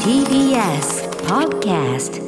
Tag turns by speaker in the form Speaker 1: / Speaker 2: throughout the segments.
Speaker 1: TBS Podcast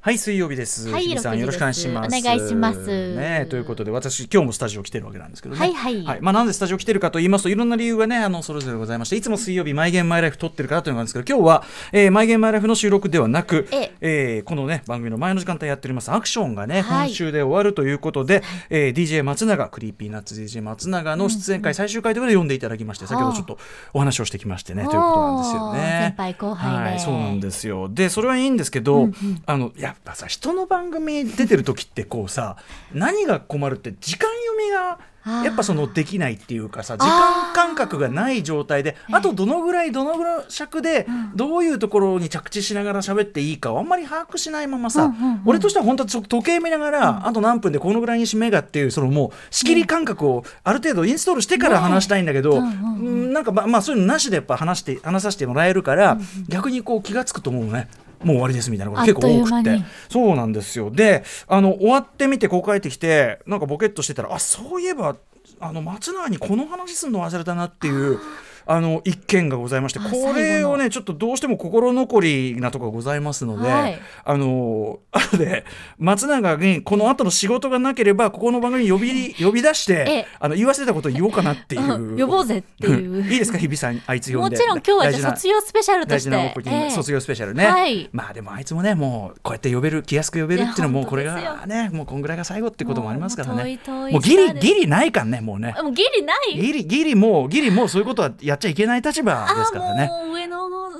Speaker 2: はい、水曜日です。
Speaker 3: はい
Speaker 2: 日比さん、よ
Speaker 3: 6
Speaker 2: ろしくお願いします。
Speaker 3: お願いします
Speaker 2: ね、ということで、私、今日もスタジオ来てるわけなんですけどね。
Speaker 3: はいはい
Speaker 2: まあ、なんでスタジオ来てるかと言いますと、いろんな理由がね、あの、それぞれございまして、いつも水曜日、マイゲームマイライフ撮ってるからというのがあるんですけど、今日は、えー、マイゲームマイライフの収録ではなく、
Speaker 3: ええ
Speaker 2: えーこのね、番組の前の時間帯やっております、アクションがね、
Speaker 3: はい
Speaker 2: 今週で終わるということで、えー DJ 松永、クリーピーナッツ DJ 松永の出演会、最終回ということで呼んでいただきまして、先ほどちょっとお話をしてきましてね、ということなんですよね。
Speaker 3: おー先輩後輩で
Speaker 2: はい、そうなんですよ。で、それはいいんですけど、あの、やっぱさ、人の番組出てる時って、こうさ。何が困るって、時間読みが
Speaker 3: あ。ー
Speaker 2: やっぱそのできないっていうかさ時間感覚がない状態であとどのぐらいどのぐらい尺でどういうところに着地しながら喋っていいかをあんまり把握しないままさ、
Speaker 3: うんうんうん
Speaker 2: 俺としては本当はちょ時計見ながら、あと何分でこのぐらいに締めがっていうそのもう仕切り感覚をある程度インストールしてから話したいんだけど、
Speaker 3: ねうんうんうん
Speaker 2: うんなんかまあまあそういうのなしでやっぱ話して話させてもらえるから、逆にこう気が付くともうねもう終わりですみたいなことが結構多
Speaker 3: あ
Speaker 2: く
Speaker 3: っという間
Speaker 2: て
Speaker 3: に
Speaker 2: そうなんですよであの終わってみてこう帰ってきてなんかボケっとしてたらあそういえばあの松永にこの話すんの忘れたなっていう。あの一件がございまして
Speaker 3: あ
Speaker 2: これを
Speaker 3: 最後
Speaker 2: ねちょっとどうしても心残りなところがございますので、
Speaker 3: はい
Speaker 2: あの 後で松永にこの後の仕事がなければここの番組に呼び呼び出し
Speaker 3: え
Speaker 2: て
Speaker 3: え
Speaker 2: あの言わせたことを言おうかなってい
Speaker 3: うん
Speaker 2: う
Speaker 3: 呼ぼうぜっていう
Speaker 2: いいですか日比さんあいつ呼
Speaker 3: も
Speaker 2: んで
Speaker 3: ちろん今日はじゃあ
Speaker 2: 大事
Speaker 3: 卒業スペシャル
Speaker 2: な
Speaker 3: と
Speaker 2: 大
Speaker 3: して
Speaker 2: 事なオープニング
Speaker 3: ええ
Speaker 2: 卒業スペシャルね、
Speaker 3: はい
Speaker 2: まあでもあいつもねもうこうやって呼べる気安く呼べるっていうのも
Speaker 3: いや
Speaker 2: もうこれ
Speaker 3: 本当です
Speaker 2: が
Speaker 3: よ
Speaker 2: ねもうこんぐらいが最後ってこともありますから
Speaker 3: もう遠
Speaker 2: ね
Speaker 3: い遠い
Speaker 2: もうギリ
Speaker 3: 下で
Speaker 2: ギリないからねもうね
Speaker 3: あもうギリない
Speaker 2: ギリギリもうギリもうそういうことはやっちゃいけない立場ですからね
Speaker 3: あ。ーもう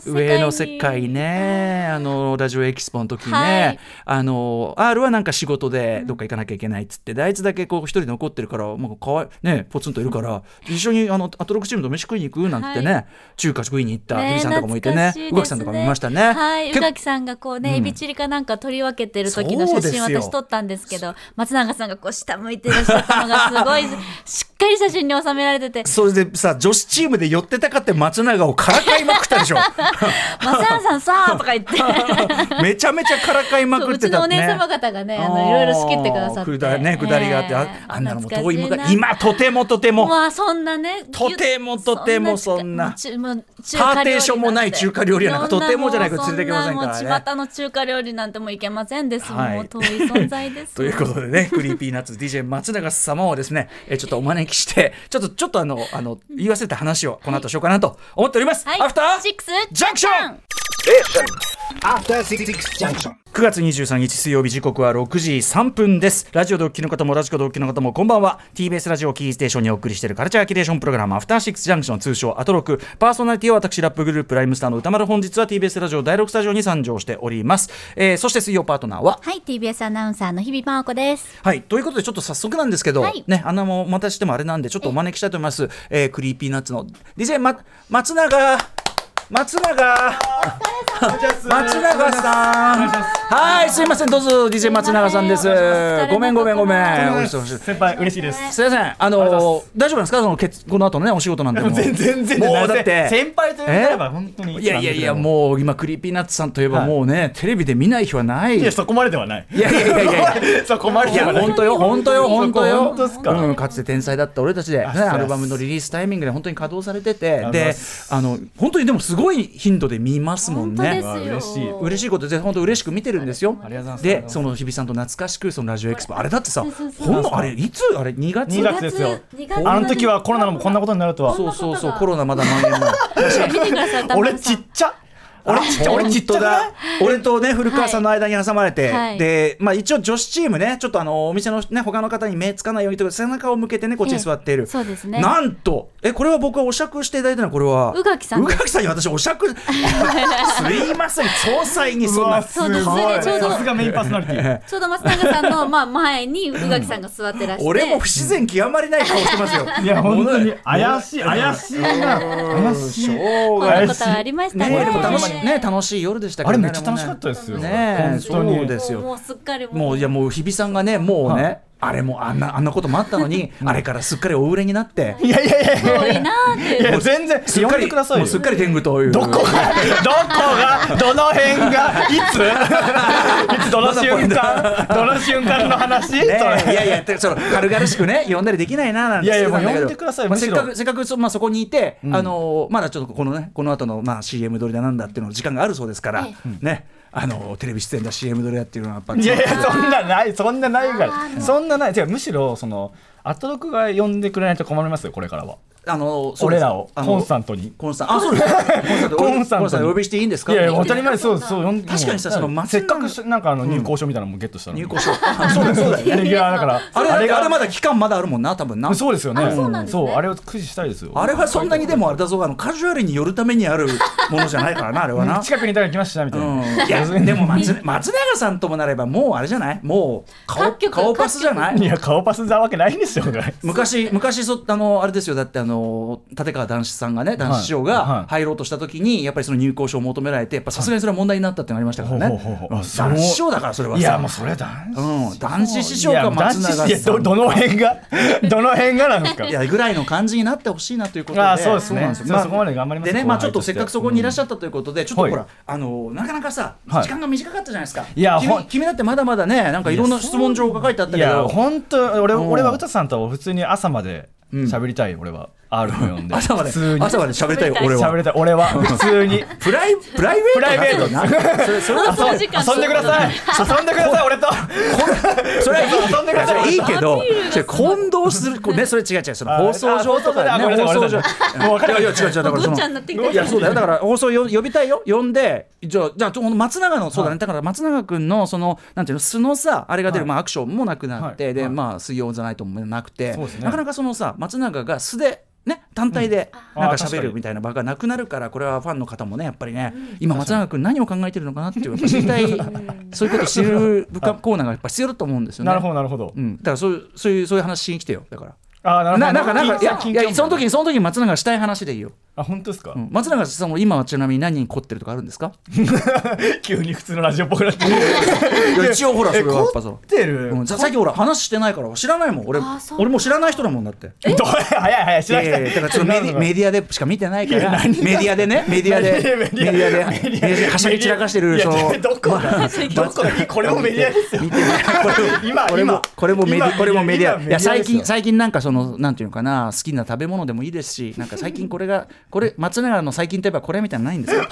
Speaker 3: 上の世界に
Speaker 2: 上の世界ね、あのラジオエキスポの時ね、
Speaker 3: はい
Speaker 2: あの R はなんか仕事でどっか行かなきゃいけないっつって、であいつだけこう一人残ってるから、もうかわいねポツンといるから、一緒にあのアトロックチームと飯食いに行くなんてね、
Speaker 3: は
Speaker 2: 中華食いに行った
Speaker 3: ね
Speaker 2: ゆりさんとかもいて
Speaker 3: 懐か
Speaker 2: ね
Speaker 3: しいです、ね
Speaker 2: 宇垣さんとかもいましたね。
Speaker 3: はい、宇
Speaker 2: 結構
Speaker 3: 垣さんがこうね、エビチリかなんか取り分けてる時の
Speaker 2: そう
Speaker 3: 写
Speaker 2: です
Speaker 3: 真
Speaker 2: よ
Speaker 3: 私撮ったんですけど、松永さんがこう下向いてらっしゃったのがすごい、しっかり写真に収められてて、
Speaker 2: それでさ女子チームで寄ってたかって松永をからかいまくったで しょ
Speaker 3: 松永さんさーとか言って、
Speaker 2: めちゃめちゃからかいま
Speaker 3: そう
Speaker 2: く
Speaker 3: う
Speaker 2: って
Speaker 3: ち
Speaker 2: た
Speaker 3: のお姉様方がね、あのいろいろ仕切ってくださって。
Speaker 2: くだね、くだりがあって、あ
Speaker 3: ええ
Speaker 2: あんなのも遠い
Speaker 3: 懐かし
Speaker 2: 昔、
Speaker 3: な
Speaker 2: 今とてもとても。
Speaker 3: まあそんなね
Speaker 2: とてもとてもそんな
Speaker 3: そんな中もう中
Speaker 2: パ
Speaker 3: 華料理なんて
Speaker 2: ーテーションもない中華料理屋なんかとてもじゃないけど連れてけませんからね
Speaker 3: そなもう巷の中華料理なんてもういけませんです、
Speaker 2: はい
Speaker 3: もう遠い存在です
Speaker 2: ということ でね、クリーピーナッツ DJ 松永様をですね、えーちょっとお招きして、ちょっとちょっとあのあの言わせた話をこの後しようかなと思っております。
Speaker 3: はい
Speaker 2: アフター
Speaker 3: シックス
Speaker 2: ジャンクション。
Speaker 4: After Six Junction.
Speaker 2: 9月23日水曜日時刻は6時3分ですラジオ同期の方もラジコ同期の方もこんばんは TBS ラジオキーステーションにお送りしているカルチャーキュレーションプログラムアフターシックスジャンクション通称アトロクパーソナリティは私ラップグループライムスターの歌丸本日は TBS ラジオ第6スタジオに参上しております、えーそして水曜パートナーは
Speaker 3: はい TBS アナウンサーの日々真央子です
Speaker 2: はいということでちょっと早速なんですけど、
Speaker 3: はい
Speaker 2: ねあんなもまたしてもあれなんでちょっとお招きしたいと思いますえークリーピーナッツの DJ、ま、松永松永松永さんはいすいませんどうぞ DJ 松永さんです
Speaker 3: お疲れ様
Speaker 2: ごめんごめんごめん
Speaker 3: お
Speaker 2: お
Speaker 5: で
Speaker 2: 忙しい
Speaker 5: す先輩嬉しいです。
Speaker 2: すいませんあ
Speaker 5: りがとう
Speaker 2: の
Speaker 5: ご
Speaker 2: ー大丈夫なんですかそのけつこの後のねお仕事なんでもう
Speaker 5: 全然全然
Speaker 2: もうだって
Speaker 5: 先輩と言えば本当に
Speaker 2: いやいやいや
Speaker 5: う
Speaker 2: もう今クリーピーナッツさんといえば
Speaker 5: はい
Speaker 2: もうねテレビで見ない日はない
Speaker 5: い
Speaker 2: い
Speaker 5: やそこまでではない。
Speaker 2: いやいやいやいやいや
Speaker 5: そこまで
Speaker 2: い
Speaker 5: で
Speaker 2: や
Speaker 5: はない
Speaker 2: 本。当よ本当よ本当よ
Speaker 5: 本当っすか
Speaker 2: うんかつて天才だった俺たちで、ね、
Speaker 5: そうです
Speaker 2: アルバムのリリースタイミングで本当に稼働されてて
Speaker 5: りがとうございま
Speaker 2: ですあの本当にでもすごい頻度で見ますもん
Speaker 3: 本当です
Speaker 2: ね。
Speaker 3: よ、
Speaker 5: わ嬉しい
Speaker 2: 嬉しいことで本当嬉しく見てるんですよ。
Speaker 5: ありがとうござい
Speaker 2: で
Speaker 5: ます
Speaker 2: その日比さんと懐かしくそのラジオエクスポあれだってさ
Speaker 3: そうそうそう
Speaker 2: ほんのあれいつあれ2月
Speaker 5: 2月ですよ
Speaker 3: 二月。
Speaker 5: あの時はコロナもこんなことになると
Speaker 2: そう
Speaker 5: は。
Speaker 2: そうそうコロナまだ蔓延ない。
Speaker 3: 見てください 歌
Speaker 5: 俺
Speaker 3: 丸さ
Speaker 5: ち
Speaker 3: ん
Speaker 5: っちゃ。俺ちっちゃ。俺ちっちゃくない。
Speaker 2: 俺とね古川さんの間に挟まれて、
Speaker 3: はい
Speaker 2: で、まあ、一応女子チームねちょっとあのお店のね他の方に目つかないようにとか背中を向けてねこっちに座っている、
Speaker 3: ええそうですね
Speaker 2: なんとえこれは僕はお酌していただいたのはこれは
Speaker 3: 宇垣さん
Speaker 2: 宇垣さんに私 お酌すいません総裁にそんな
Speaker 3: そうですそれでちょうど
Speaker 5: さすがメインパーソナリティ。
Speaker 3: ちょうど松永さんの、まあ、前に宇垣さんが座ってらして
Speaker 2: 俺も不自然極まりない顔してますよ
Speaker 5: いや本当に怪しい怪しいな。怪しい。
Speaker 3: こんなことがありましたね
Speaker 2: ねえでも楽しいね楽しい夜でしたけど
Speaker 5: あれめっちゃ楽しかった
Speaker 2: で
Speaker 5: ですよ。
Speaker 2: ねえ
Speaker 5: 本当
Speaker 2: そう
Speaker 5: に
Speaker 2: で。すよ
Speaker 3: もうもうすっかりもう
Speaker 2: もういやもう日比さんがねもうね、あれもあんなあんなこともあったのにあれからすっかりお売れになって
Speaker 5: いやいやいやい
Speaker 3: 多いなーって
Speaker 5: やいや全然
Speaker 2: すっ
Speaker 5: 呼
Speaker 2: か
Speaker 5: んで
Speaker 2: り
Speaker 5: くださ
Speaker 2: も
Speaker 5: いよ
Speaker 2: うすっかり天狗という
Speaker 5: どこがどこがどの辺がい ついつどの瞬間どの瞬間の話、
Speaker 2: ね
Speaker 5: そ
Speaker 2: え、い
Speaker 5: れ
Speaker 2: やいやてその軽々しくね呼んだりできないななんて
Speaker 5: いやいや
Speaker 2: 言ってただけど
Speaker 5: もう呼んでください
Speaker 2: まあ、
Speaker 5: む
Speaker 2: せっ
Speaker 5: しろ
Speaker 2: かくせっかくそ,、まあ、そこにいて、あのーまだちょっとこのねこの後のまあ CM 撮りだなんだっていうの時間があるそうですから、
Speaker 3: え
Speaker 2: ねあのーテレビ出演だ CM 撮りだっていうのはやっぱ
Speaker 5: いやいやそんなないそんなないからそんなない違うむしろそのアトロクが呼んでくれないと困りますよこれからは
Speaker 2: あのーそうで
Speaker 5: 俺
Speaker 2: す
Speaker 5: らを
Speaker 2: あのー
Speaker 5: コンスタントに
Speaker 2: コンスタントあそうです
Speaker 5: コンスタントに
Speaker 2: コンスタントお呼びしていいんです
Speaker 5: い
Speaker 2: か
Speaker 5: やいや当たり前ですそうそう呼んで
Speaker 2: 確かにさ
Speaker 5: もう
Speaker 2: その松
Speaker 5: せっか
Speaker 2: 永
Speaker 5: くしなんかあの入校証みたいなのもゲットしたの
Speaker 2: 入
Speaker 5: 校
Speaker 2: 校証あ
Speaker 5: そうだそうだレギュラーだから
Speaker 2: あれあれ
Speaker 5: が
Speaker 2: あれまだ期間まだあるもんな多分な
Speaker 5: そうですよね
Speaker 3: あそうなんですね
Speaker 5: そうあれを駆使したいですよ
Speaker 2: あれはそんなにでもあれだぞあのカジュアルに寄るためにあるものじゃないからなあれはな
Speaker 5: 近くに誰か来ましたみたいな。
Speaker 2: いやでも松松永さんともなればもうあれじゃないもう顔
Speaker 3: 各局
Speaker 2: 顔パスじゃない
Speaker 5: いや顔パスなわけないんですよ。これ
Speaker 2: 昔昔そあのあれですよだってあの立川談志さんがね談志師匠
Speaker 5: は
Speaker 2: が
Speaker 5: い
Speaker 2: 入ろうとした時にやっぱりその入校証を求められてやっぱさすがにそれは問題になったってなりましたから
Speaker 5: ほうほうほ
Speaker 2: ね
Speaker 5: うほうあそう
Speaker 2: 談志師匠だからそれはさ
Speaker 5: いやもうそれだ。
Speaker 2: うん談志師匠か松永さん
Speaker 5: いやどどの辺が どの辺がなんですか。
Speaker 2: いやぐらいの感じになってほしいなということで、
Speaker 5: あーそうですね
Speaker 2: なんよ
Speaker 5: そうそこまで頑張ります
Speaker 2: でね、
Speaker 5: 後輩
Speaker 2: まあちょっとせっかくそこにいらっしゃったということで、ちょっとほら、
Speaker 5: はい
Speaker 2: あのなかなかさ、
Speaker 5: はい
Speaker 2: 時間が短かったじゃないですか。
Speaker 5: いやほ
Speaker 2: 君
Speaker 5: ん
Speaker 2: 君だってまだまだね、なんかいろんな質問状が書いてあった
Speaker 5: い
Speaker 2: け
Speaker 5: や
Speaker 2: ど。
Speaker 5: 本当俺
Speaker 2: うん
Speaker 5: 俺は歌さんとは普通に朝まで喋りたい俺は R を呼んで。
Speaker 2: 朝まで
Speaker 5: 普通に
Speaker 2: 朝まで喋りたいよ俺
Speaker 5: 喋
Speaker 2: は
Speaker 5: りたい俺は普通に。
Speaker 2: プライプライベートだけどなそれそれは
Speaker 3: その時間
Speaker 5: 遊んでください。遊んでください俺と。
Speaker 2: それはいい
Speaker 5: 遊んでください
Speaker 2: それいいけど違う混同するこうねそれ違う違うその放送上とか
Speaker 5: あ
Speaker 2: ね
Speaker 5: ごめんな
Speaker 2: 放
Speaker 5: さい
Speaker 2: 送上
Speaker 5: ごめんな
Speaker 2: いや
Speaker 5: さい
Speaker 2: いや違う違うだからそ
Speaker 3: ど
Speaker 2: の
Speaker 3: っちゃんになってくる
Speaker 2: いやそうだよだから放送よ呼びたいよ呼んでじゃあじゃあちょほんと松永のそうだね、
Speaker 5: はい
Speaker 2: だから松永君のそのなんていうの素のさあれが出る、
Speaker 5: はい
Speaker 2: まあアクションもなくなって、
Speaker 5: はい
Speaker 2: で、
Speaker 5: はい
Speaker 2: まあ水曜じゃないともなくて、
Speaker 5: そうですね
Speaker 2: なかなかそのさ松永が素でね単体で
Speaker 5: うん
Speaker 2: なんか
Speaker 5: あー確
Speaker 2: 喋
Speaker 5: か
Speaker 2: る
Speaker 5: に
Speaker 2: みたいな場がなくなるからこれはファンの方もねやっぱりね、今松永君何を考えてるのかなっていうやっぱ知りた いそういうことを知る部下コーナーがやっぱ必要だと思うんですよね。
Speaker 5: なるほどなるほど
Speaker 2: う。ん、だからそういうそういうそういう話しに来てよだから。
Speaker 5: あーなるほど。
Speaker 2: ななんかなんかいや
Speaker 5: 緊張
Speaker 2: いやその時にその時に松永がしたい話でいいよ、
Speaker 5: あ本当ですか
Speaker 2: う。ん松永さんも今はちなみに何に凝ってるとかあるんですか
Speaker 5: 急に普通のラジオっ ぽくなって。
Speaker 2: いや一応ほらそ
Speaker 5: え
Speaker 2: れはやっぱ
Speaker 5: 凝
Speaker 2: そ
Speaker 5: ってる。
Speaker 2: う、うん、ささっきほら話してないから知らないもん俺
Speaker 3: あそう
Speaker 2: 俺も知らない人だもんだって
Speaker 5: どれ早い早い知ら
Speaker 2: い
Speaker 5: せ
Speaker 2: やいやだからそのメディメディアでしか見てないからメディアでねメディアでメ
Speaker 5: メ
Speaker 2: デ
Speaker 5: デ
Speaker 2: ィ
Speaker 5: ィ
Speaker 2: ア
Speaker 5: ア
Speaker 2: でメ
Speaker 5: メディア
Speaker 2: ディアはしゃぎ散らかしてる
Speaker 5: いや
Speaker 2: その
Speaker 5: どこが
Speaker 2: まあ
Speaker 5: どこがこれもメディアですよ
Speaker 2: 見てないこれも
Speaker 5: 今
Speaker 2: これもこれもメディ
Speaker 5: 今今
Speaker 2: これもメディア
Speaker 5: 今
Speaker 2: いや最
Speaker 5: メディア
Speaker 2: 近
Speaker 5: ですよ
Speaker 2: 最近なんかそのなんていうのかな好きな食べ物でもいいですしなんか最近これがこれ松永の最近といえばこれみたいなのないんですか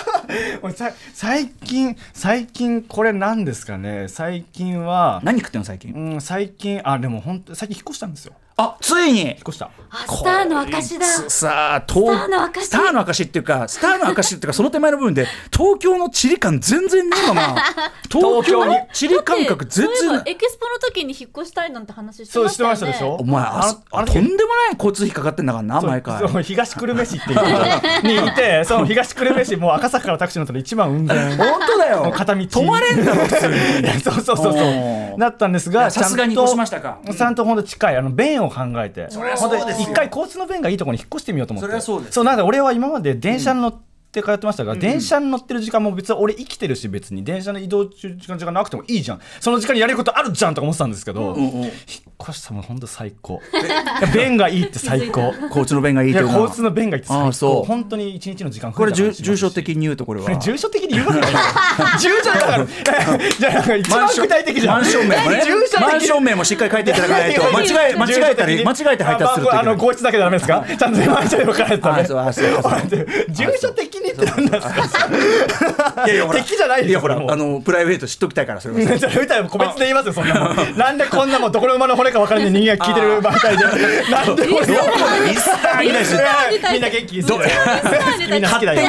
Speaker 5: 俺さ最近最近これ何ですかね最近は
Speaker 2: 何食ってんの最近
Speaker 5: うん最近あでも本当最近引っ越したんですよ
Speaker 2: あついに
Speaker 5: 引っ越した
Speaker 3: あスターの証だ
Speaker 2: すさあ東
Speaker 3: スターの証
Speaker 2: スターの証っていうかスターの証っていうかその手前の部分で東京の地理感全然ねえ まま東京の地理感覚全
Speaker 3: そういえ
Speaker 2: 然
Speaker 3: ば
Speaker 2: ない
Speaker 3: エキスポの時に引っ越したいなんて話して
Speaker 5: そう
Speaker 3: ま
Speaker 5: し
Speaker 3: してたよ
Speaker 5: ま
Speaker 3: ね
Speaker 5: したでしょ
Speaker 2: お前あそ
Speaker 5: あのあの
Speaker 2: とんでもない交通費かかってんだからな
Speaker 5: そう
Speaker 2: 毎回
Speaker 5: そう東久留米市っていうところ にいてその東久留米市もう赤坂からタクシー乗ったら一番運転
Speaker 2: 本当だよ
Speaker 5: もう 片道
Speaker 2: 止まれんだろ普 通に
Speaker 5: いやそうそうそう
Speaker 2: お
Speaker 5: そ
Speaker 2: ー
Speaker 5: うなったんです
Speaker 2: い
Speaker 5: が
Speaker 2: やさすがに
Speaker 5: ちゃんと
Speaker 2: 越しましたか
Speaker 5: ちゃんとほんと近いあの便を考えて
Speaker 2: りゃそうですよ
Speaker 5: ほんと一回交通の便がいいところに引っ越してみようと思って
Speaker 2: そりゃそうです
Speaker 5: なんで俺は今まで電車に乗って通ってましたが、電車に乗ってる時間も別に俺生きてるし別に電車の移動中時間時間なくてもいいじゃんその時間にやれることあるじゃんとか思ってたんですけど、引っ越したもんほんと最高いや便がいいって最高
Speaker 2: 交通の便がいい
Speaker 5: い
Speaker 2: とい
Speaker 5: や
Speaker 2: うのは
Speaker 5: 交通の便がいいって
Speaker 2: あ
Speaker 5: 最
Speaker 2: あそう
Speaker 5: 高本当に一日の時間増
Speaker 2: こ
Speaker 5: え
Speaker 2: れ
Speaker 5: た感じし
Speaker 2: 重
Speaker 5: ますし
Speaker 2: 重症的に言うとこれは
Speaker 5: これ住所的に言うわけないよ住所だからじゃあなんか一
Speaker 2: マ
Speaker 5: 番
Speaker 2: ンション
Speaker 5: 具体的じゃん
Speaker 2: マンション名もね
Speaker 5: 住所的
Speaker 2: マンション名もしっかり書いていただか ないと間違え間違えたり間違えて配達する
Speaker 5: あ
Speaker 2: といけな
Speaker 5: まああの
Speaker 2: い
Speaker 5: 合室だけダメですかちゃんとマンションで書かれてた
Speaker 2: あ
Speaker 5: ね
Speaker 2: そうあそうあそう
Speaker 5: 住所的にって何なんですか
Speaker 2: いやいやほら
Speaker 5: 敵じゃないですよ
Speaker 2: いやほら
Speaker 5: もう
Speaker 2: あのプライベート知っときたいからそれはさ
Speaker 5: じゃあみたいな個別で言いますよそんなもんなんでこんなもんどこの馬の骨か分からない人間が聞いてるばかりでなんでこれ
Speaker 2: ミスターいないし
Speaker 5: みんな元気です
Speaker 2: ど
Speaker 5: みんな好きだよ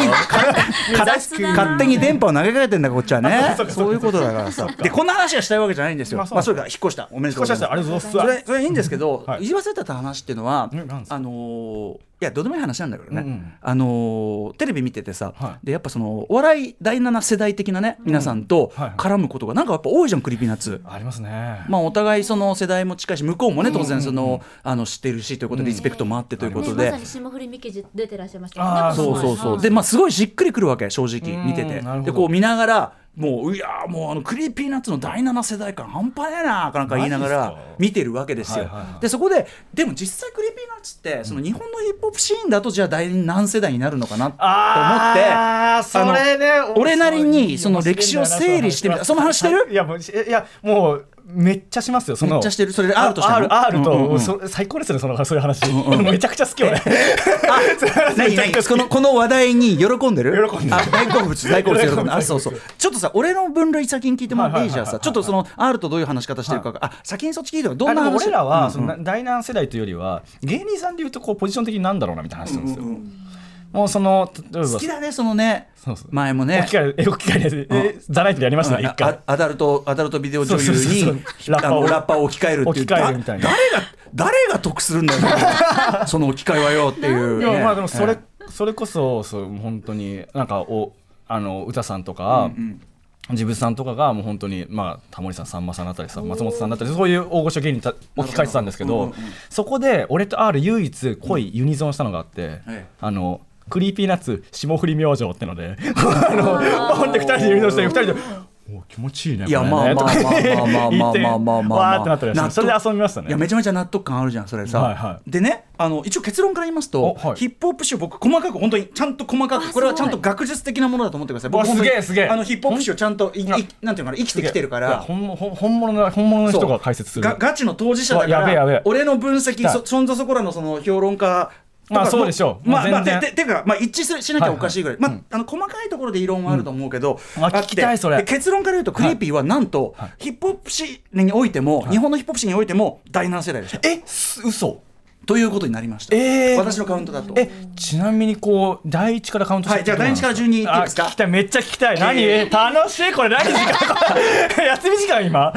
Speaker 3: 雑だな
Speaker 2: 勝手に電波を投げかけてんだこっちはね
Speaker 5: あそうか
Speaker 2: そういうことだからさでこんな話はしたいわけじゃないんですよ
Speaker 5: まあそう
Speaker 2: まあそれから引っ越したおめでとう
Speaker 5: 少
Speaker 2: ご
Speaker 5: し
Speaker 2: ざ
Speaker 5: か
Speaker 2: い
Speaker 5: し
Speaker 2: ます
Speaker 5: たらあ
Speaker 2: そ
Speaker 5: りがとうございます
Speaker 2: れそれいいんですけど、
Speaker 5: はい
Speaker 2: 言い忘れてた話っていうのは、
Speaker 5: んなんですか
Speaker 2: あのーいやどうでもいい話なんだけどね、
Speaker 5: うんうん
Speaker 2: あのーテレビ見ててさ、
Speaker 5: は
Speaker 2: でやっぱそのお笑い第7世代的なね皆さんと
Speaker 5: はいはい
Speaker 2: 絡むことがなんかやっぱ多いじゃんクリーピーナッツ。
Speaker 5: ありますね
Speaker 2: まあ、お互いその世代も近いし向こうもね当然その、あの知ってるしということでリスペクトもあってということ
Speaker 3: ね
Speaker 2: で、
Speaker 3: まさに霜降りミキジ出てらっしゃいました
Speaker 5: あー
Speaker 3: も
Speaker 2: そうそうそう、
Speaker 3: ん
Speaker 2: でまあすごいしっくりくるわけ正直
Speaker 5: うん
Speaker 2: 見てて
Speaker 5: なるほど
Speaker 2: でこう見ながらもういやーもうあのクリーピーナッツの第7世代感半端ねえななんか言いなが
Speaker 5: マジっ
Speaker 2: ら
Speaker 5: すか
Speaker 2: 見てるわけですよ、
Speaker 5: はいはいはい
Speaker 2: でそこででも実際クリーピーナッツってその日本のヒップホップシーンだとじゃあ第何世代になるのかなと思って
Speaker 5: あーそれね
Speaker 2: あの俺なりにその歴史を整理してみたその話してる
Speaker 5: いやもうしいやもうめっちゃしますよその
Speaker 2: めっちゃしてるそれで R としたの
Speaker 5: R, R と、
Speaker 2: うんうんうん
Speaker 5: そ最高ですねそのそういう話、めちゃくちゃ好き俺
Speaker 2: 何何このこの話題に喜んでる
Speaker 5: 喜んでる
Speaker 2: あ大好 物大好物喜
Speaker 5: 喜
Speaker 2: んで
Speaker 5: んで
Speaker 2: る
Speaker 5: る
Speaker 2: あそうそうちょっとさ俺の分類先に聞いてもらっていい
Speaker 5: はい
Speaker 2: じ
Speaker 5: はい
Speaker 2: ゃ
Speaker 5: はい
Speaker 2: あさちょっとその R とどういう話し方してるかあ先にそっち聞いてもらうどんな
Speaker 5: あでも
Speaker 2: 話
Speaker 5: 俺らは、
Speaker 2: うん
Speaker 5: その第7世代というよりは芸人さんでいうとこうポジション的になんだろうなみたいな話なんですよ、もうその例えば
Speaker 2: 好きだねそのね
Speaker 5: そうそう
Speaker 2: 前も
Speaker 5: お
Speaker 2: ね
Speaker 5: 機会英語機会で、えザライトでやりましたね、一回
Speaker 2: あアダルトアダルトビデオ女優
Speaker 5: そうそう
Speaker 2: に
Speaker 5: そうラッパ
Speaker 2: あ
Speaker 5: ーを
Speaker 2: のラッパーを置き換えるっていう
Speaker 5: 置き換えるみたいな
Speaker 2: だ誰が誰が得するんだよ その置き換えはよっていう
Speaker 5: い
Speaker 2: ね
Speaker 5: やまあでもそれ、それこそそう本当になんかおあの歌さんとか、ジブさんとかがもう本当にまあタモリさんさんまさんだったりさ松本さんだったりそういう大御所芸人た置き換えてたんですけどそこで俺と R 唯一濃いユニゾンしたのがあって、
Speaker 2: ええ
Speaker 5: あの。クリーピーナッツ霜降り明星ってので あのほんで2人でユニゾンして2人で「お気持ちいいね」
Speaker 2: いや
Speaker 5: こ
Speaker 2: まあ
Speaker 5: れね
Speaker 2: まあ
Speaker 5: とか
Speaker 2: まあま あま
Speaker 5: 言
Speaker 2: あ
Speaker 5: って
Speaker 2: まあまあまあまあまあ
Speaker 5: わーってなったりしてそれで遊びました
Speaker 2: いや
Speaker 5: ね
Speaker 2: めちゃめちゃ納得感あるじゃんそれさ、
Speaker 5: はいはい
Speaker 2: でねあの一応結論から言いますと、
Speaker 5: おはい
Speaker 2: ヒップホップ集僕細かく本当にちゃんと細か
Speaker 3: あ
Speaker 2: くこれはちゃん
Speaker 3: す
Speaker 2: と
Speaker 3: ごい
Speaker 2: 学術的なものだと思ってください
Speaker 5: わ
Speaker 2: 本当に
Speaker 5: すげえすげえ
Speaker 2: あのヒップホップ集をちゃんといいなんていうのかな生きてきてるか
Speaker 5: いや
Speaker 2: ら
Speaker 5: ほんほん本物の本物の人が解説する
Speaker 2: がガチの当事者だか
Speaker 5: うわやべえやべ
Speaker 2: ら
Speaker 5: え
Speaker 2: 俺の分析
Speaker 5: はい
Speaker 2: そそんぞそこらのその評論家とか
Speaker 5: まあそうでしょう
Speaker 2: まあ、
Speaker 5: もう
Speaker 2: まあ、
Speaker 5: 全然
Speaker 2: てててか、まあ、一致すしなきゃおかしいぐらい、
Speaker 5: はいはい
Speaker 2: まあ、あの細かいところで異論はあると思うけど、
Speaker 5: うんあ
Speaker 2: って
Speaker 5: 聞きたいそれ
Speaker 2: で結論から言うとクリーピーはなんと、ヒップホップ史においても、日本のヒップホップ史においても第7世代でした
Speaker 5: えす嘘
Speaker 2: ということになりました、
Speaker 5: えー
Speaker 2: 私のカウントだと
Speaker 5: えちなみにこう第一からカウントして
Speaker 2: はいじゃあ第一から順にいっていいですか
Speaker 5: あ聞きたいめっちゃ聞きたい何、
Speaker 2: え
Speaker 5: 楽しいこれ何時間 休み時間今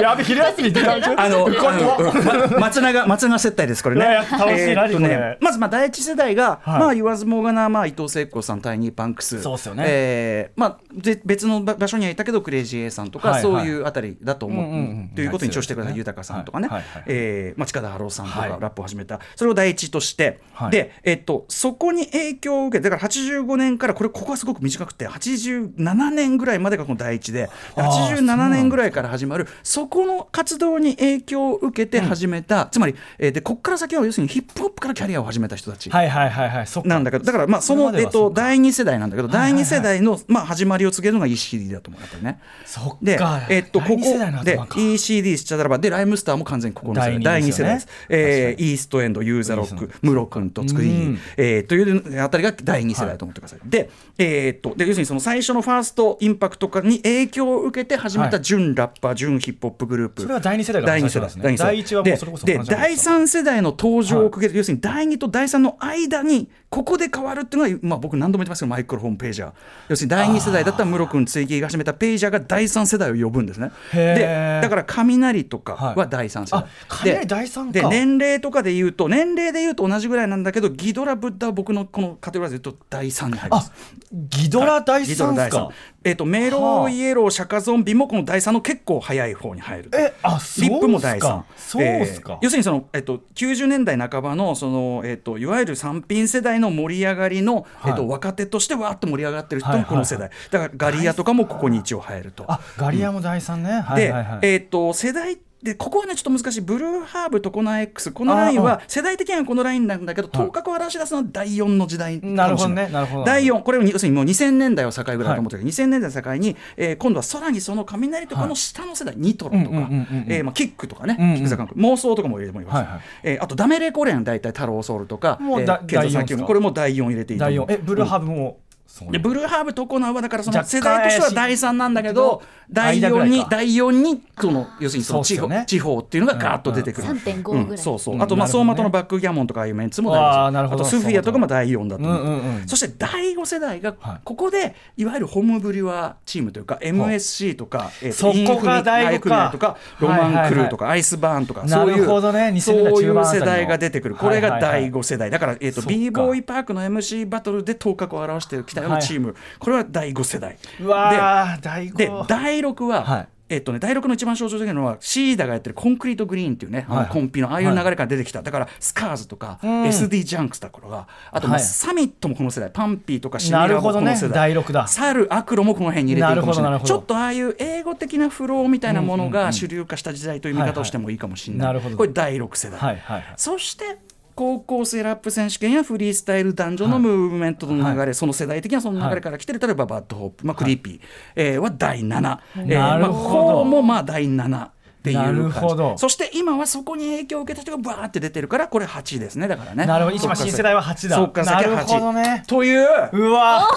Speaker 5: やべ昼休み時間中
Speaker 2: あの、あ
Speaker 5: うわうわ
Speaker 2: のま松永、松永接待です、これね。
Speaker 5: いやいや楽しい
Speaker 2: ーっと
Speaker 5: 何これ
Speaker 2: まず、まあ、第一世代が、
Speaker 5: はい
Speaker 2: まあ、言わずもがな、まあ、伊藤聖子さん、対ニーパンクス。
Speaker 5: そうっすよね
Speaker 2: えーまあ、で、別の場場所にはいたけど、クレイジー A さんとか、
Speaker 5: はいはい
Speaker 2: そういうあたりだと思う、
Speaker 5: うんうんうん
Speaker 2: ということに調してください、
Speaker 5: はい
Speaker 2: 豊さんとかね。
Speaker 5: はいはい
Speaker 2: えーまあ、近田春夫さんとか、
Speaker 5: はい
Speaker 2: ラップを始めた、それを第一として。
Speaker 5: はい
Speaker 2: で、えっと、そこに影響を受けて、だから、85年から、これ、ここはすごく短くて、87年ぐらいまでがこの第一で。
Speaker 5: あーそうなん
Speaker 2: 87
Speaker 5: だ
Speaker 2: 年ぐらいぐらいから始まるそこの活動に影響を受けて始めた、つまり、えーでここから先は要するにヒップホップからキャリアを始めた人たち。
Speaker 5: はいはいはいはいそっか
Speaker 2: なんだけどだからまあそ
Speaker 5: れ
Speaker 2: の
Speaker 5: まで
Speaker 2: え
Speaker 5: は
Speaker 2: っと
Speaker 5: そっか
Speaker 2: 第二世代なんだけど第二世代のまあ始まりを告げるのが ECD だと思うやっぱりね。
Speaker 5: そっか
Speaker 2: でえっとここ
Speaker 5: 第二世代の
Speaker 2: で
Speaker 5: 頭か
Speaker 2: ECD しちゃったらばでライムスターも完全にここの世代第
Speaker 5: 第
Speaker 2: 二
Speaker 5: 二
Speaker 2: 世
Speaker 5: 世
Speaker 2: 代
Speaker 5: 代
Speaker 2: で
Speaker 5: ですす。
Speaker 2: え
Speaker 5: 確
Speaker 2: ーイーストエンドユーザーロッ
Speaker 5: そう
Speaker 2: ク
Speaker 5: です
Speaker 2: ムロ君と作り
Speaker 5: うん
Speaker 2: えーというあたりが第二世代と思ってください。でえーっとで要するにその最初のファーストインパクトに影響を受けて始めた
Speaker 5: はい
Speaker 2: 純ラッパー純ヒップホップグループ。
Speaker 5: それは第二世代が
Speaker 2: 第二
Speaker 5: 最
Speaker 2: 世
Speaker 5: 初な
Speaker 2: 代
Speaker 5: んですね
Speaker 2: 第二世代
Speaker 5: 第一はもうそれこそ
Speaker 2: で
Speaker 5: 話
Speaker 2: で
Speaker 5: じゃない
Speaker 2: 第
Speaker 5: ですか
Speaker 2: 三世代の登場を告げる、要するに第二と第三の間にここで変わるっていうのが、まあ、僕何度も言ってますけどマイクロフォンページャー要するに第二世代だったムロ君追記が始めたページャーが第三世代を呼ぶんですね
Speaker 5: へ
Speaker 2: で
Speaker 5: ー
Speaker 2: だから雷とか
Speaker 5: は
Speaker 2: はい第三世代、
Speaker 5: あ雷第三か
Speaker 2: でで年齢とかで言うと年齢で言うと同じぐらいなんだけどギドラブッダは僕のこのカテゴライズで言うと第三に入りま
Speaker 5: あ
Speaker 2: す
Speaker 5: ギドラ第三
Speaker 2: ギ
Speaker 5: っ
Speaker 2: ドラ第
Speaker 5: すか
Speaker 2: 三えっ、とメロ
Speaker 5: はあ
Speaker 2: ーイエローシャカゾンビもこの第三の結構早い方に入る
Speaker 5: えあそうっす
Speaker 2: リ
Speaker 5: か
Speaker 2: ップも第三
Speaker 5: そうっすか
Speaker 2: えー要するにその、えっと90年代半ばのその、えっといわゆる三品世代の盛り上がりの、
Speaker 5: は
Speaker 2: え
Speaker 5: い
Speaker 2: っと若手としてわーっと盛り上がってる人
Speaker 5: はい
Speaker 2: も
Speaker 5: はい
Speaker 2: この世代、だからガリアとかもここに一応入ると。
Speaker 5: あガリアも第三ね、はい
Speaker 2: で、
Speaker 5: はいはい
Speaker 2: えっと世代でここはねちょっと難しいブルーハーブとコナー X このライン
Speaker 5: あ
Speaker 2: は世代的にはこのラインなんだけど頭角を現し出すのは第4の時代かもしれい
Speaker 5: なるほどねなるほど
Speaker 2: 第4これを要するにもう2000年代を境ぐらいだと思ってるけど、2000年代を境に、えー今度はさらにその雷とかの下の世代、ニトロとか、
Speaker 5: うんうんうんうん
Speaker 2: えーまあ、キックとかね、
Speaker 5: うんうん
Speaker 2: キックザカンク妄想とかも入れてもいいます、
Speaker 5: はいはい
Speaker 2: えーあとダメレコレン大体太郎ソウルとか
Speaker 5: もうだ
Speaker 2: えー、ケンゾーさん
Speaker 5: 第四ですか
Speaker 2: これも第4入れていいと
Speaker 5: 第
Speaker 2: 思う
Speaker 5: 四えブルーハーブも、そう
Speaker 2: でブルーハーブとコナーはだからその
Speaker 5: 若干
Speaker 2: 世代としては第3なんだけど第
Speaker 5: 怪しい
Speaker 2: 4
Speaker 5: 間ぐらい
Speaker 2: に
Speaker 5: か
Speaker 2: 第4にその要するにその地方
Speaker 5: そうっすよね
Speaker 2: 地方っていうのがガーッと出てくる、
Speaker 3: うんうん3.5
Speaker 2: うん
Speaker 3: ぐらい
Speaker 2: そうそう
Speaker 5: うん
Speaker 2: あとまあ走
Speaker 5: なるほどね
Speaker 2: 馬灯のバックギャモンとかああいうメンツも第
Speaker 5: あ
Speaker 2: 4
Speaker 5: ーなる
Speaker 2: あ
Speaker 5: ほ
Speaker 2: と
Speaker 5: ど
Speaker 2: スフィアとかも第4だと思う、
Speaker 5: うんうんうん
Speaker 2: そして第5世代が
Speaker 5: はい
Speaker 2: ここでいわゆるホームブリュワーチームというか MSC とか、えー
Speaker 5: そこが第
Speaker 2: インフニア
Speaker 5: 五か
Speaker 2: イクニアとかロ
Speaker 5: はいはい
Speaker 2: マ
Speaker 5: は
Speaker 2: ン
Speaker 5: い
Speaker 2: クルーとかアイスバーンとか
Speaker 5: な
Speaker 2: そうい
Speaker 5: る
Speaker 2: う
Speaker 5: ほどね2000
Speaker 2: そうい
Speaker 5: 年代中盤
Speaker 2: う
Speaker 5: あたり
Speaker 2: 世
Speaker 5: の
Speaker 2: 代が出てくるこれが
Speaker 5: はいはいはい
Speaker 2: 第5世代だから、えー、と
Speaker 5: そっか
Speaker 2: b ボーイパークの MC バトルで頭角を現してきたようなチーム、これは第5世代
Speaker 5: うわー第
Speaker 2: でで
Speaker 5: 五
Speaker 2: 第6は、
Speaker 5: はい
Speaker 2: えっとね、第6の一番象徴的なのはシーダがやってるコンクリートグリーンっていうね、あの
Speaker 5: はい
Speaker 2: コンピのああいう流れから出てきた、だからスカーズとか、
Speaker 5: うん
Speaker 2: SD ジャンクスだとかあとまあ
Speaker 5: はい
Speaker 2: サミットもこの世代パンピーとかシミラ
Speaker 5: な
Speaker 2: ー
Speaker 5: る
Speaker 2: も
Speaker 5: ほ
Speaker 2: こ
Speaker 5: ど
Speaker 2: の
Speaker 5: ね
Speaker 2: 世代、
Speaker 5: 第六だ
Speaker 2: サルアクロもこの辺に入れてるかもしれない
Speaker 5: なるほどなるほど
Speaker 2: ちょっとああいう英語的なフローみたいなものが主流化した時代という見方をしてもいいかもしれない,、
Speaker 5: はいはいなるほど
Speaker 2: これ第6世代、
Speaker 5: はいはいはい
Speaker 2: そして高校生ラップ選手権やフリースタイル男女のムーブメントの流れ、
Speaker 5: は
Speaker 2: その世代的なその流れから来てる、例えばバッドホップ、まあ、クリーピー、はえーは第7、えー
Speaker 5: なるほど
Speaker 2: まあ、こうもまあ第7っていう
Speaker 5: な
Speaker 2: 感じ
Speaker 5: るほど
Speaker 2: そして今はそこに影響を受けた人がバーって出てるからこれ8ですねだからね
Speaker 5: なるほど一番新世代は八だ
Speaker 2: そうか先
Speaker 5: なるほどね
Speaker 2: という
Speaker 5: うわ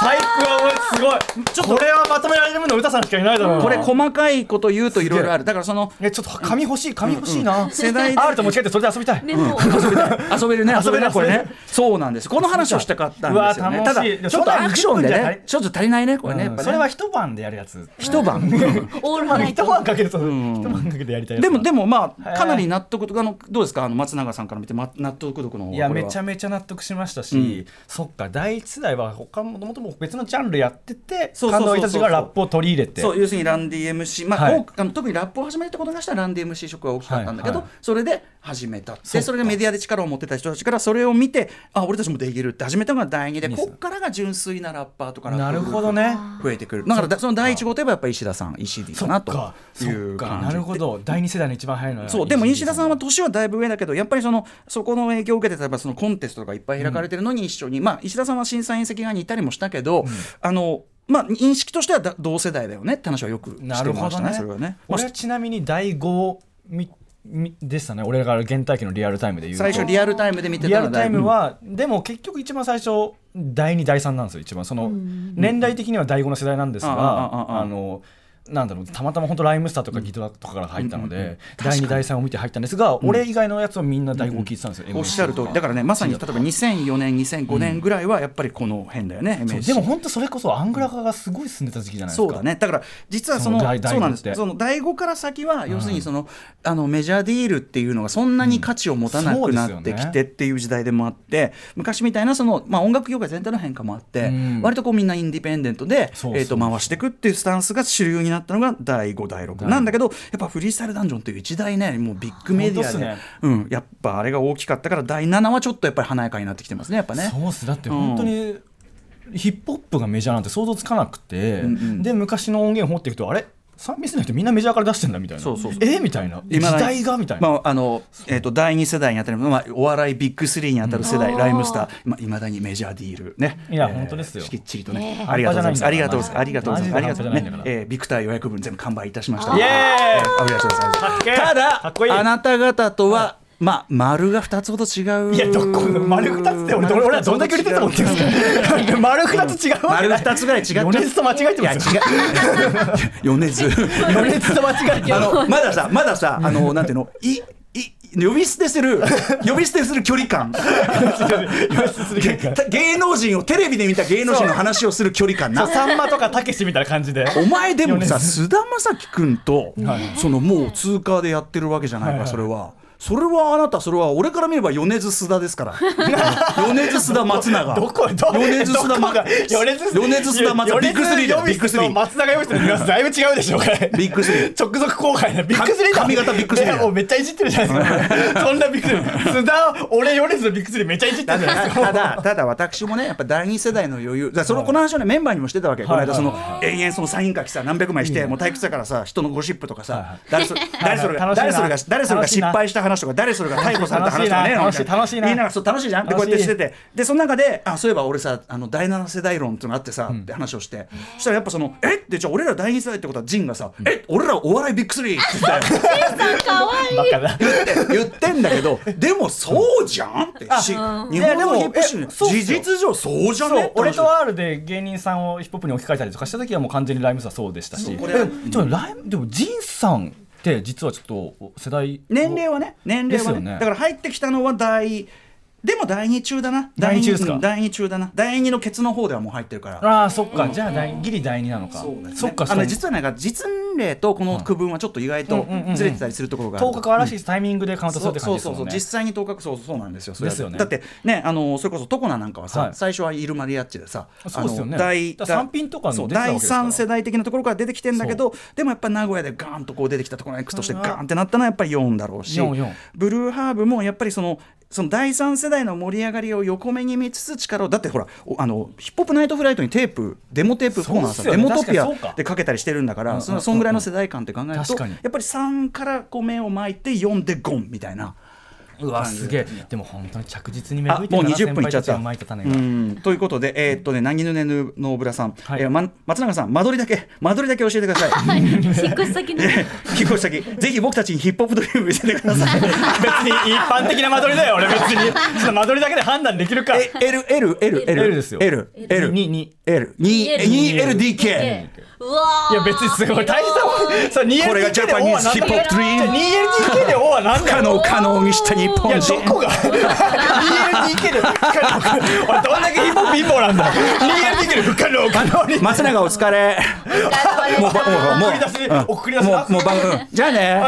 Speaker 5: 最高これすごい
Speaker 2: ちょっと
Speaker 5: これはまとめられるの歌さんしかいないだろうな
Speaker 2: これ細かいこと言うといろいろあるだからその
Speaker 5: えちょっと紙欲しい紙欲しいな
Speaker 2: 世代で
Speaker 5: R と持ち帰ってそれで遊びたい
Speaker 3: ね、もう、
Speaker 2: 遊べるね遊
Speaker 5: 遊
Speaker 2: べ
Speaker 5: べ
Speaker 2: る
Speaker 5: る
Speaker 2: ねこれ
Speaker 5: 遊
Speaker 2: ね
Speaker 5: べ
Speaker 2: そうなんですこの話をしたかったんですよ
Speaker 5: う
Speaker 2: ね
Speaker 5: わ
Speaker 2: た
Speaker 5: 楽
Speaker 2: だ
Speaker 5: しい
Speaker 2: ちょっとアクションで
Speaker 5: そんなの20分じゃ足
Speaker 2: ね
Speaker 5: り
Speaker 2: ちょっと足りないねこれねやっぱね
Speaker 5: それは一晩でやるやつ
Speaker 2: 一晩
Speaker 3: オールナイ
Speaker 5: 一
Speaker 3: ト。
Speaker 5: 晩かけると一晩かけてやりたいやつ
Speaker 2: でもでも
Speaker 5: も
Speaker 2: ま
Speaker 5: へ
Speaker 2: あ
Speaker 5: え
Speaker 2: かなり納得あのどうですかあの松永さんから見てま納得度この方はい
Speaker 5: やめちゃ
Speaker 2: め
Speaker 5: めちゃ納得しましたし、
Speaker 2: うん
Speaker 5: そっか第一世代は他もともとも別のジャンルやってて
Speaker 2: そうそうそうそう
Speaker 5: 感動いたちがラップを取り入れて
Speaker 2: そう要するにランディ MC まあ、
Speaker 5: はい
Speaker 2: 多くあの特にラップを始めるってことに関してはランディ MC 職は大きかったんだけど、
Speaker 5: はいはい
Speaker 2: それで始めた
Speaker 5: そ
Speaker 2: で
Speaker 5: っか
Speaker 2: それがメディアで力を持ってた人たちからそれを見てあ俺たちもできるって始めたのが第二で
Speaker 5: いいで
Speaker 2: こ
Speaker 5: す
Speaker 2: っからが純粋なラッパーとかラ
Speaker 5: な
Speaker 2: ッ
Speaker 5: る
Speaker 2: プグループ
Speaker 5: ほどね
Speaker 2: 増えてくるだからだその第一号といえばやっぱ石田さん石 D
Speaker 5: そ
Speaker 2: か
Speaker 5: っ
Speaker 2: なと
Speaker 5: か
Speaker 2: い
Speaker 5: そうっ
Speaker 2: 感
Speaker 5: か
Speaker 2: じ
Speaker 5: なるほど第二世代の一番早いのは
Speaker 2: そうでも石田さんは年はだいぶ上だけどやっぱりそのそこの影響を受けて例えばそのコンテストとかいっぱい開かれてるのに一緒に、まあ石田さんは審査員席側にいたりもしたけど、あのまあ認識としてはだ同世代だよねって話はよくしてま
Speaker 5: な
Speaker 2: した
Speaker 5: る
Speaker 2: ね
Speaker 5: ほどね
Speaker 2: それはね。まあ
Speaker 5: 俺はちなみに第5みみでしたね俺が原体験のリアルタイムで言うと
Speaker 2: 最初リアルタイムで見て
Speaker 5: リ
Speaker 2: た
Speaker 5: ア
Speaker 2: の
Speaker 5: ル
Speaker 2: だ
Speaker 5: タ
Speaker 2: い
Speaker 5: イ
Speaker 2: ぶ
Speaker 5: ムは、でも結局一番最初第2第3なんですよ一番その年代的には第5の世代なんですが、
Speaker 2: ああああああ
Speaker 5: あのなんだろうたまたま本当ライムスターとかギトラとかから入ったので、
Speaker 2: 確か
Speaker 5: 第
Speaker 2: に
Speaker 5: 2第3を見て入ったんですが、俺以外のやつはみんな第5を聞いてたんですよ、
Speaker 2: おっしゃる通りだからねまさに例えば2004年2005年ぐらいはやっぱりこの辺だよね、
Speaker 5: そう
Speaker 2: MSC
Speaker 5: でも本当それこそアングラ化がすごい進んでた時期じゃないですか
Speaker 2: そうだねだから実はその
Speaker 5: そ
Speaker 2: そ
Speaker 5: の第
Speaker 2: うなんで
Speaker 5: 第五っ
Speaker 2: す
Speaker 5: て
Speaker 2: その第5から先は要するにその,、あのメジャーディールっていうのがそんなに価値を持たな
Speaker 5: うんそ
Speaker 2: く
Speaker 5: うです
Speaker 2: な
Speaker 5: よ
Speaker 2: って
Speaker 5: ね
Speaker 2: きてっていう時代でもあって、昔みたいなその、まあ、音楽業界全体の変化もあって、
Speaker 5: うん
Speaker 2: 割とこうみんなインディペンデントで
Speaker 5: そうそう
Speaker 2: えーと回していくっていうスタンスが主流になったのが第5第6
Speaker 5: 五
Speaker 2: なんだけどやっぱフリースタイルダンジョンっていう一大ねもうビッグメディア
Speaker 5: 本当
Speaker 2: で、
Speaker 5: っすね
Speaker 2: うん、やっぱあれが大きかったから第7はちょっとやっぱり華やかになってきてますねやっぱね。
Speaker 5: そうっすだって本当にヒップホップがメジャーなんて想像つかなくて、
Speaker 2: んうん
Speaker 5: で昔の音源を掘っていくとあれサンミスの人みんなメジャーから出してんだみたいな
Speaker 2: そうそうそう
Speaker 5: えみたいな時
Speaker 2: 今
Speaker 5: 代がみたいな、
Speaker 2: まああのえー、と第二世代に当たる、まあ、お笑いビッグスリーに当たる世代、
Speaker 3: うん
Speaker 2: ライムスターいまだにメジャーディールね
Speaker 5: いや
Speaker 2: えー
Speaker 5: 本当ですよ
Speaker 2: きっちりとね、
Speaker 3: ね
Speaker 2: ありがとうございますあ
Speaker 5: 半
Speaker 2: り
Speaker 5: 端じ
Speaker 2: が
Speaker 5: ゃ
Speaker 2: とう
Speaker 5: ない
Speaker 2: ございま
Speaker 5: んだから
Speaker 2: すありがとうございますありがとうござ
Speaker 5: マジで半端じゃない
Speaker 2: い
Speaker 5: んだ
Speaker 2: ます、
Speaker 5: から
Speaker 2: えービクター予約分全部完売いたしました
Speaker 5: イエーイ
Speaker 2: えーありがとうございます
Speaker 5: かっけー
Speaker 2: ただ
Speaker 5: かっこいい
Speaker 2: あなた方とは、まあ丸が二つほど違う
Speaker 5: いやどこ丸2つって俺俺らどんだけ売れてたと思ってるんですかなんで丸2つ違うわけ
Speaker 2: 丸
Speaker 5: ない
Speaker 2: 二つぐらい違っちゃう
Speaker 5: 余熱と間違えて
Speaker 2: いや
Speaker 5: ま
Speaker 2: 違う
Speaker 5: すよ
Speaker 2: 米 津
Speaker 5: 余熱と間違えて
Speaker 2: あ
Speaker 5: ま
Speaker 2: のまださまださあのなんていうのいい呼び捨てする呼び捨てする距離感
Speaker 5: す余熱
Speaker 2: た芸能人をテレビで見た芸能人の話をする距離感な
Speaker 5: さんまとかたけしみたいな感じで
Speaker 2: お前でもさ
Speaker 5: 米津
Speaker 2: 菅田将暉君とそのもう通過でやってるわけじゃないか
Speaker 5: はいはい
Speaker 2: それは。それはあなたそれは俺から見れば米津須田ですから米津須田松永
Speaker 5: どこど
Speaker 2: 米津須田
Speaker 5: どこ
Speaker 2: 松
Speaker 5: が
Speaker 2: 永
Speaker 5: 米津
Speaker 2: 米津須田松永ビッグスリーだよビッグスリー
Speaker 5: 松永由美とのニュアンスだいぶ違うでしょこれ
Speaker 2: ビッグスリー
Speaker 5: 直属後輩だビッグスリーだ
Speaker 2: 髪型ビッグスリーだ
Speaker 5: ねもうめっちゃいじってるじゃないで すかそんなビッグスリー須田俺米津のビッグスリーめっちゃいじって
Speaker 2: た
Speaker 5: るじゃない
Speaker 2: だ
Speaker 5: ですか
Speaker 2: ただただ私もねやっぱ第二世代の余裕だからそのこの話をねメンバーにもしてたわけ、
Speaker 5: はい
Speaker 2: この間その延々そのサイン書きさ何百枚して、もう退屈だからさ人のゴシップとかさ、誰 それ誰それが
Speaker 5: 楽しいな
Speaker 2: 誰それが誰それが
Speaker 5: 楽しい
Speaker 2: 失
Speaker 5: な
Speaker 2: 敗した話とか誰それが逮捕された話とかね
Speaker 5: 楽しいな楽しいな楽しいな
Speaker 2: みんながそう楽しいじゃんってこうやってしててでその中であそういえば俺さあの第七世代論っていうのがあってさ、って話をしてそしたらやっぱそのえってじゃあ俺ら第二世代ってことはジンがさ、え俺らお笑いビッグスリーって言って。
Speaker 3: かわいい。
Speaker 5: バカ だ
Speaker 2: 言って言ってんだけ どでもそうじゃんってし日本
Speaker 5: いやでも
Speaker 2: のヒップシーン
Speaker 5: えそうっすよ
Speaker 2: 事実上そうじゃね
Speaker 5: そう
Speaker 2: って話
Speaker 5: 俺と R で芸人さんをヒップホップに置き換えたりとかした時はもう完全にライムスはそうでしたし
Speaker 2: そうこれ
Speaker 5: えちょっとライムでもジンさんって実はちょっと世代
Speaker 2: 年齢はね年齢は
Speaker 5: ですよ
Speaker 2: ね
Speaker 5: ね
Speaker 2: だから入ってきたのは第でも第二中だな
Speaker 5: 第二中ですか
Speaker 2: うん第二中だな第二のケツの方ではもう入ってるから
Speaker 5: ああそっか、じゃあ第ギリ第二なのか
Speaker 2: そうですね
Speaker 5: っか
Speaker 2: あ
Speaker 5: そ
Speaker 2: の
Speaker 5: う
Speaker 2: 実はなんか実例とこの区分はちょっと意外と
Speaker 5: うんうんうん
Speaker 2: ずれてたりするところがある
Speaker 5: 10日間らしいタイミングでカウントす
Speaker 2: そ
Speaker 5: る
Speaker 2: う
Speaker 5: って感
Speaker 2: そう
Speaker 5: じです
Speaker 2: そう
Speaker 5: も
Speaker 2: そ
Speaker 5: ん
Speaker 2: う
Speaker 5: ね
Speaker 2: 実際に当確そうそうなんですよ。それは
Speaker 5: ですよね
Speaker 2: だってねあのそれこそトコナなんかはさ、
Speaker 5: はい
Speaker 2: 最初はイルマリアッチでさ、
Speaker 5: そうですよね
Speaker 2: あの第
Speaker 5: だから三品とかに
Speaker 2: そう
Speaker 5: 出てたわけ
Speaker 2: 第
Speaker 5: ですから
Speaker 2: 三世代的なところから出てきてんだけど、でもやっぱ名古屋でガーンとこう出てきたところの X としてガーンってなったのはやっぱり4だろうし
Speaker 5: 四四、
Speaker 2: ブルーハーブもやっぱりその。その第三世代の盛り上がりを横目に見つつ力をだってほらおあのヒップホップナイトフライトにテープデモテープコーナーさ、
Speaker 5: そうっすよ
Speaker 2: デ
Speaker 5: ね
Speaker 2: モトピア
Speaker 5: 確かにそうか
Speaker 2: でかけたりしてるんだから、
Speaker 5: うんうん
Speaker 2: そのそんぐらいの世代感って考えると、
Speaker 5: 確かに
Speaker 2: やっぱり3からこう目を巻いて4でゴンみたいな。
Speaker 5: うわすげえでも本当に着実に芽
Speaker 2: あ
Speaker 5: 吹いて
Speaker 2: もう
Speaker 5: るな
Speaker 2: 20分いっちゃった。
Speaker 5: 先輩たちがまいた種
Speaker 2: う
Speaker 5: が
Speaker 2: んということで、えーっとね、なぎぬねぬのぶらさん、
Speaker 5: はい
Speaker 2: えーま、松永さん、間取りだけ、間取りだけ教えてください。
Speaker 3: はい引っ越し先の
Speaker 2: 引っ越し先、ぜひ僕たちにヒップホップドリーム見せてください。
Speaker 5: 別に一般的な間取りだよ俺別にその間取りだけで判断できるか
Speaker 2: え L、L、L、L、
Speaker 5: L ですよ
Speaker 2: L、L、
Speaker 5: にに
Speaker 2: L、2、2LDK。
Speaker 3: うわー
Speaker 5: いや別にすごい大したもんそれ 2LDK で O は
Speaker 2: これがジャパニーズヒップホップドリーム
Speaker 5: 2LDK で O は何だ
Speaker 2: 可
Speaker 5: よ
Speaker 2: 能可能にした日
Speaker 5: い
Speaker 2: 本
Speaker 5: やど
Speaker 2: 人。
Speaker 5: こが 2LDK で不可能俺どんだけヒップホップ貧乏なんだ 2LDK で不可能可能に
Speaker 2: 松永お疲れ。
Speaker 3: もう
Speaker 2: もう
Speaker 5: 送り出し送り出し
Speaker 2: もう、もう番組、じゃあね。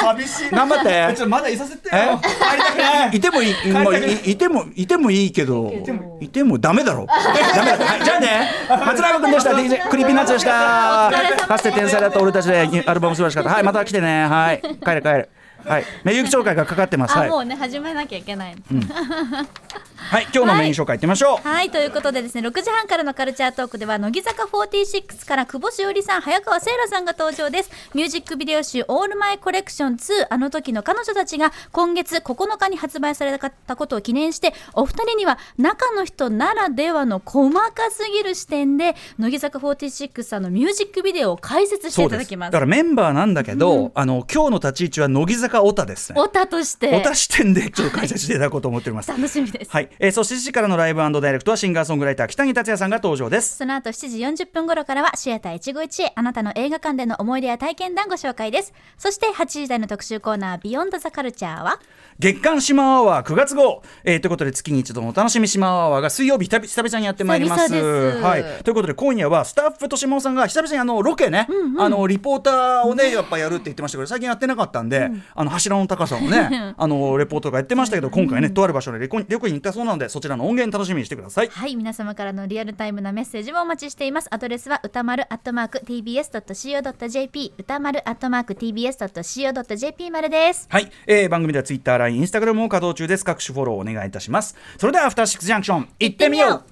Speaker 5: 寂しい
Speaker 2: 頑張って
Speaker 5: ちょっとまだいさせて
Speaker 2: え
Speaker 5: よ帰りたくない
Speaker 2: いてもいい、まあ、いいても、いてもいいけど、いてもダメだろ。ダメだ。はいじゃあね、松永君でした。DJ クリーピーナッツでした。
Speaker 3: お疲れ様です
Speaker 2: かつて天才だった俺たちでアルバム素晴らしかった。はい、また来てね。はい、帰る帰る。はい、名誉紹介がかかってます。は
Speaker 3: あ
Speaker 2: い、
Speaker 3: も
Speaker 2: は
Speaker 3: うね始めなきゃいけないの
Speaker 2: い、今日のメイン紹介いってみましょう。
Speaker 3: はいということでですね6時半からのカルチャートークでは乃木坂46から久保しおりさん早川せいらさんが登場ですミュージックビデオ集「オールマイコレクション2あの時の彼女たち」が今月9日に発売されたことを記念してお二人には中の人ならではの細かすぎる視点で乃木坂46さんのミュージックビデオを解説して
Speaker 2: そ
Speaker 3: いうた
Speaker 2: で
Speaker 3: だ
Speaker 2: す。
Speaker 3: き
Speaker 2: だ
Speaker 3: ます
Speaker 2: からメンバーなんだけど、あの今日の立ち位置は乃木坂オタですね。
Speaker 3: オタとして
Speaker 2: オタ視点でちょっと解説していただこうと思っております。
Speaker 3: 楽しみです
Speaker 2: はい、えー、そして7時からのライブダイレクトはシンガーソングライター北木達也さんが登場です。
Speaker 3: その後7時40分頃からはシアター一期一会あなたの映画館での思い出や体験談ご紹介ですそして8時台の特集コーナービヨンドザカルチャーは
Speaker 2: 月刊シマアワー9月号、えーということで月に一度のお楽しみシマアワーが水曜日久々久々にやってまいります
Speaker 3: 久々です
Speaker 2: はい、ということで今夜はスタッフと島尾さんが久々にあのロケね、あのリポーターをねやっぱやるって言ってましたけど最近やってなかったんで、あの柱の高さを ねあのレポートとかやってましたけど今回ねとある場所に旅行に旅行に行ったそうなのでそちらの音源楽しみにしてください。
Speaker 3: はい皆様からのリアルタイムなメッセージもお待ちしていますアドレスは歌丸アットマーク tbs.co.jp 歌丸アットマーク tbs.co.jp までです
Speaker 2: はい、えー、番組ではツイッター、LINE、インスタグラムも稼働中です。各種フォローお願いいたします。それではアフターシックスジャンクション、行ってみよう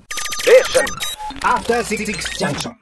Speaker 4: After Six Junction.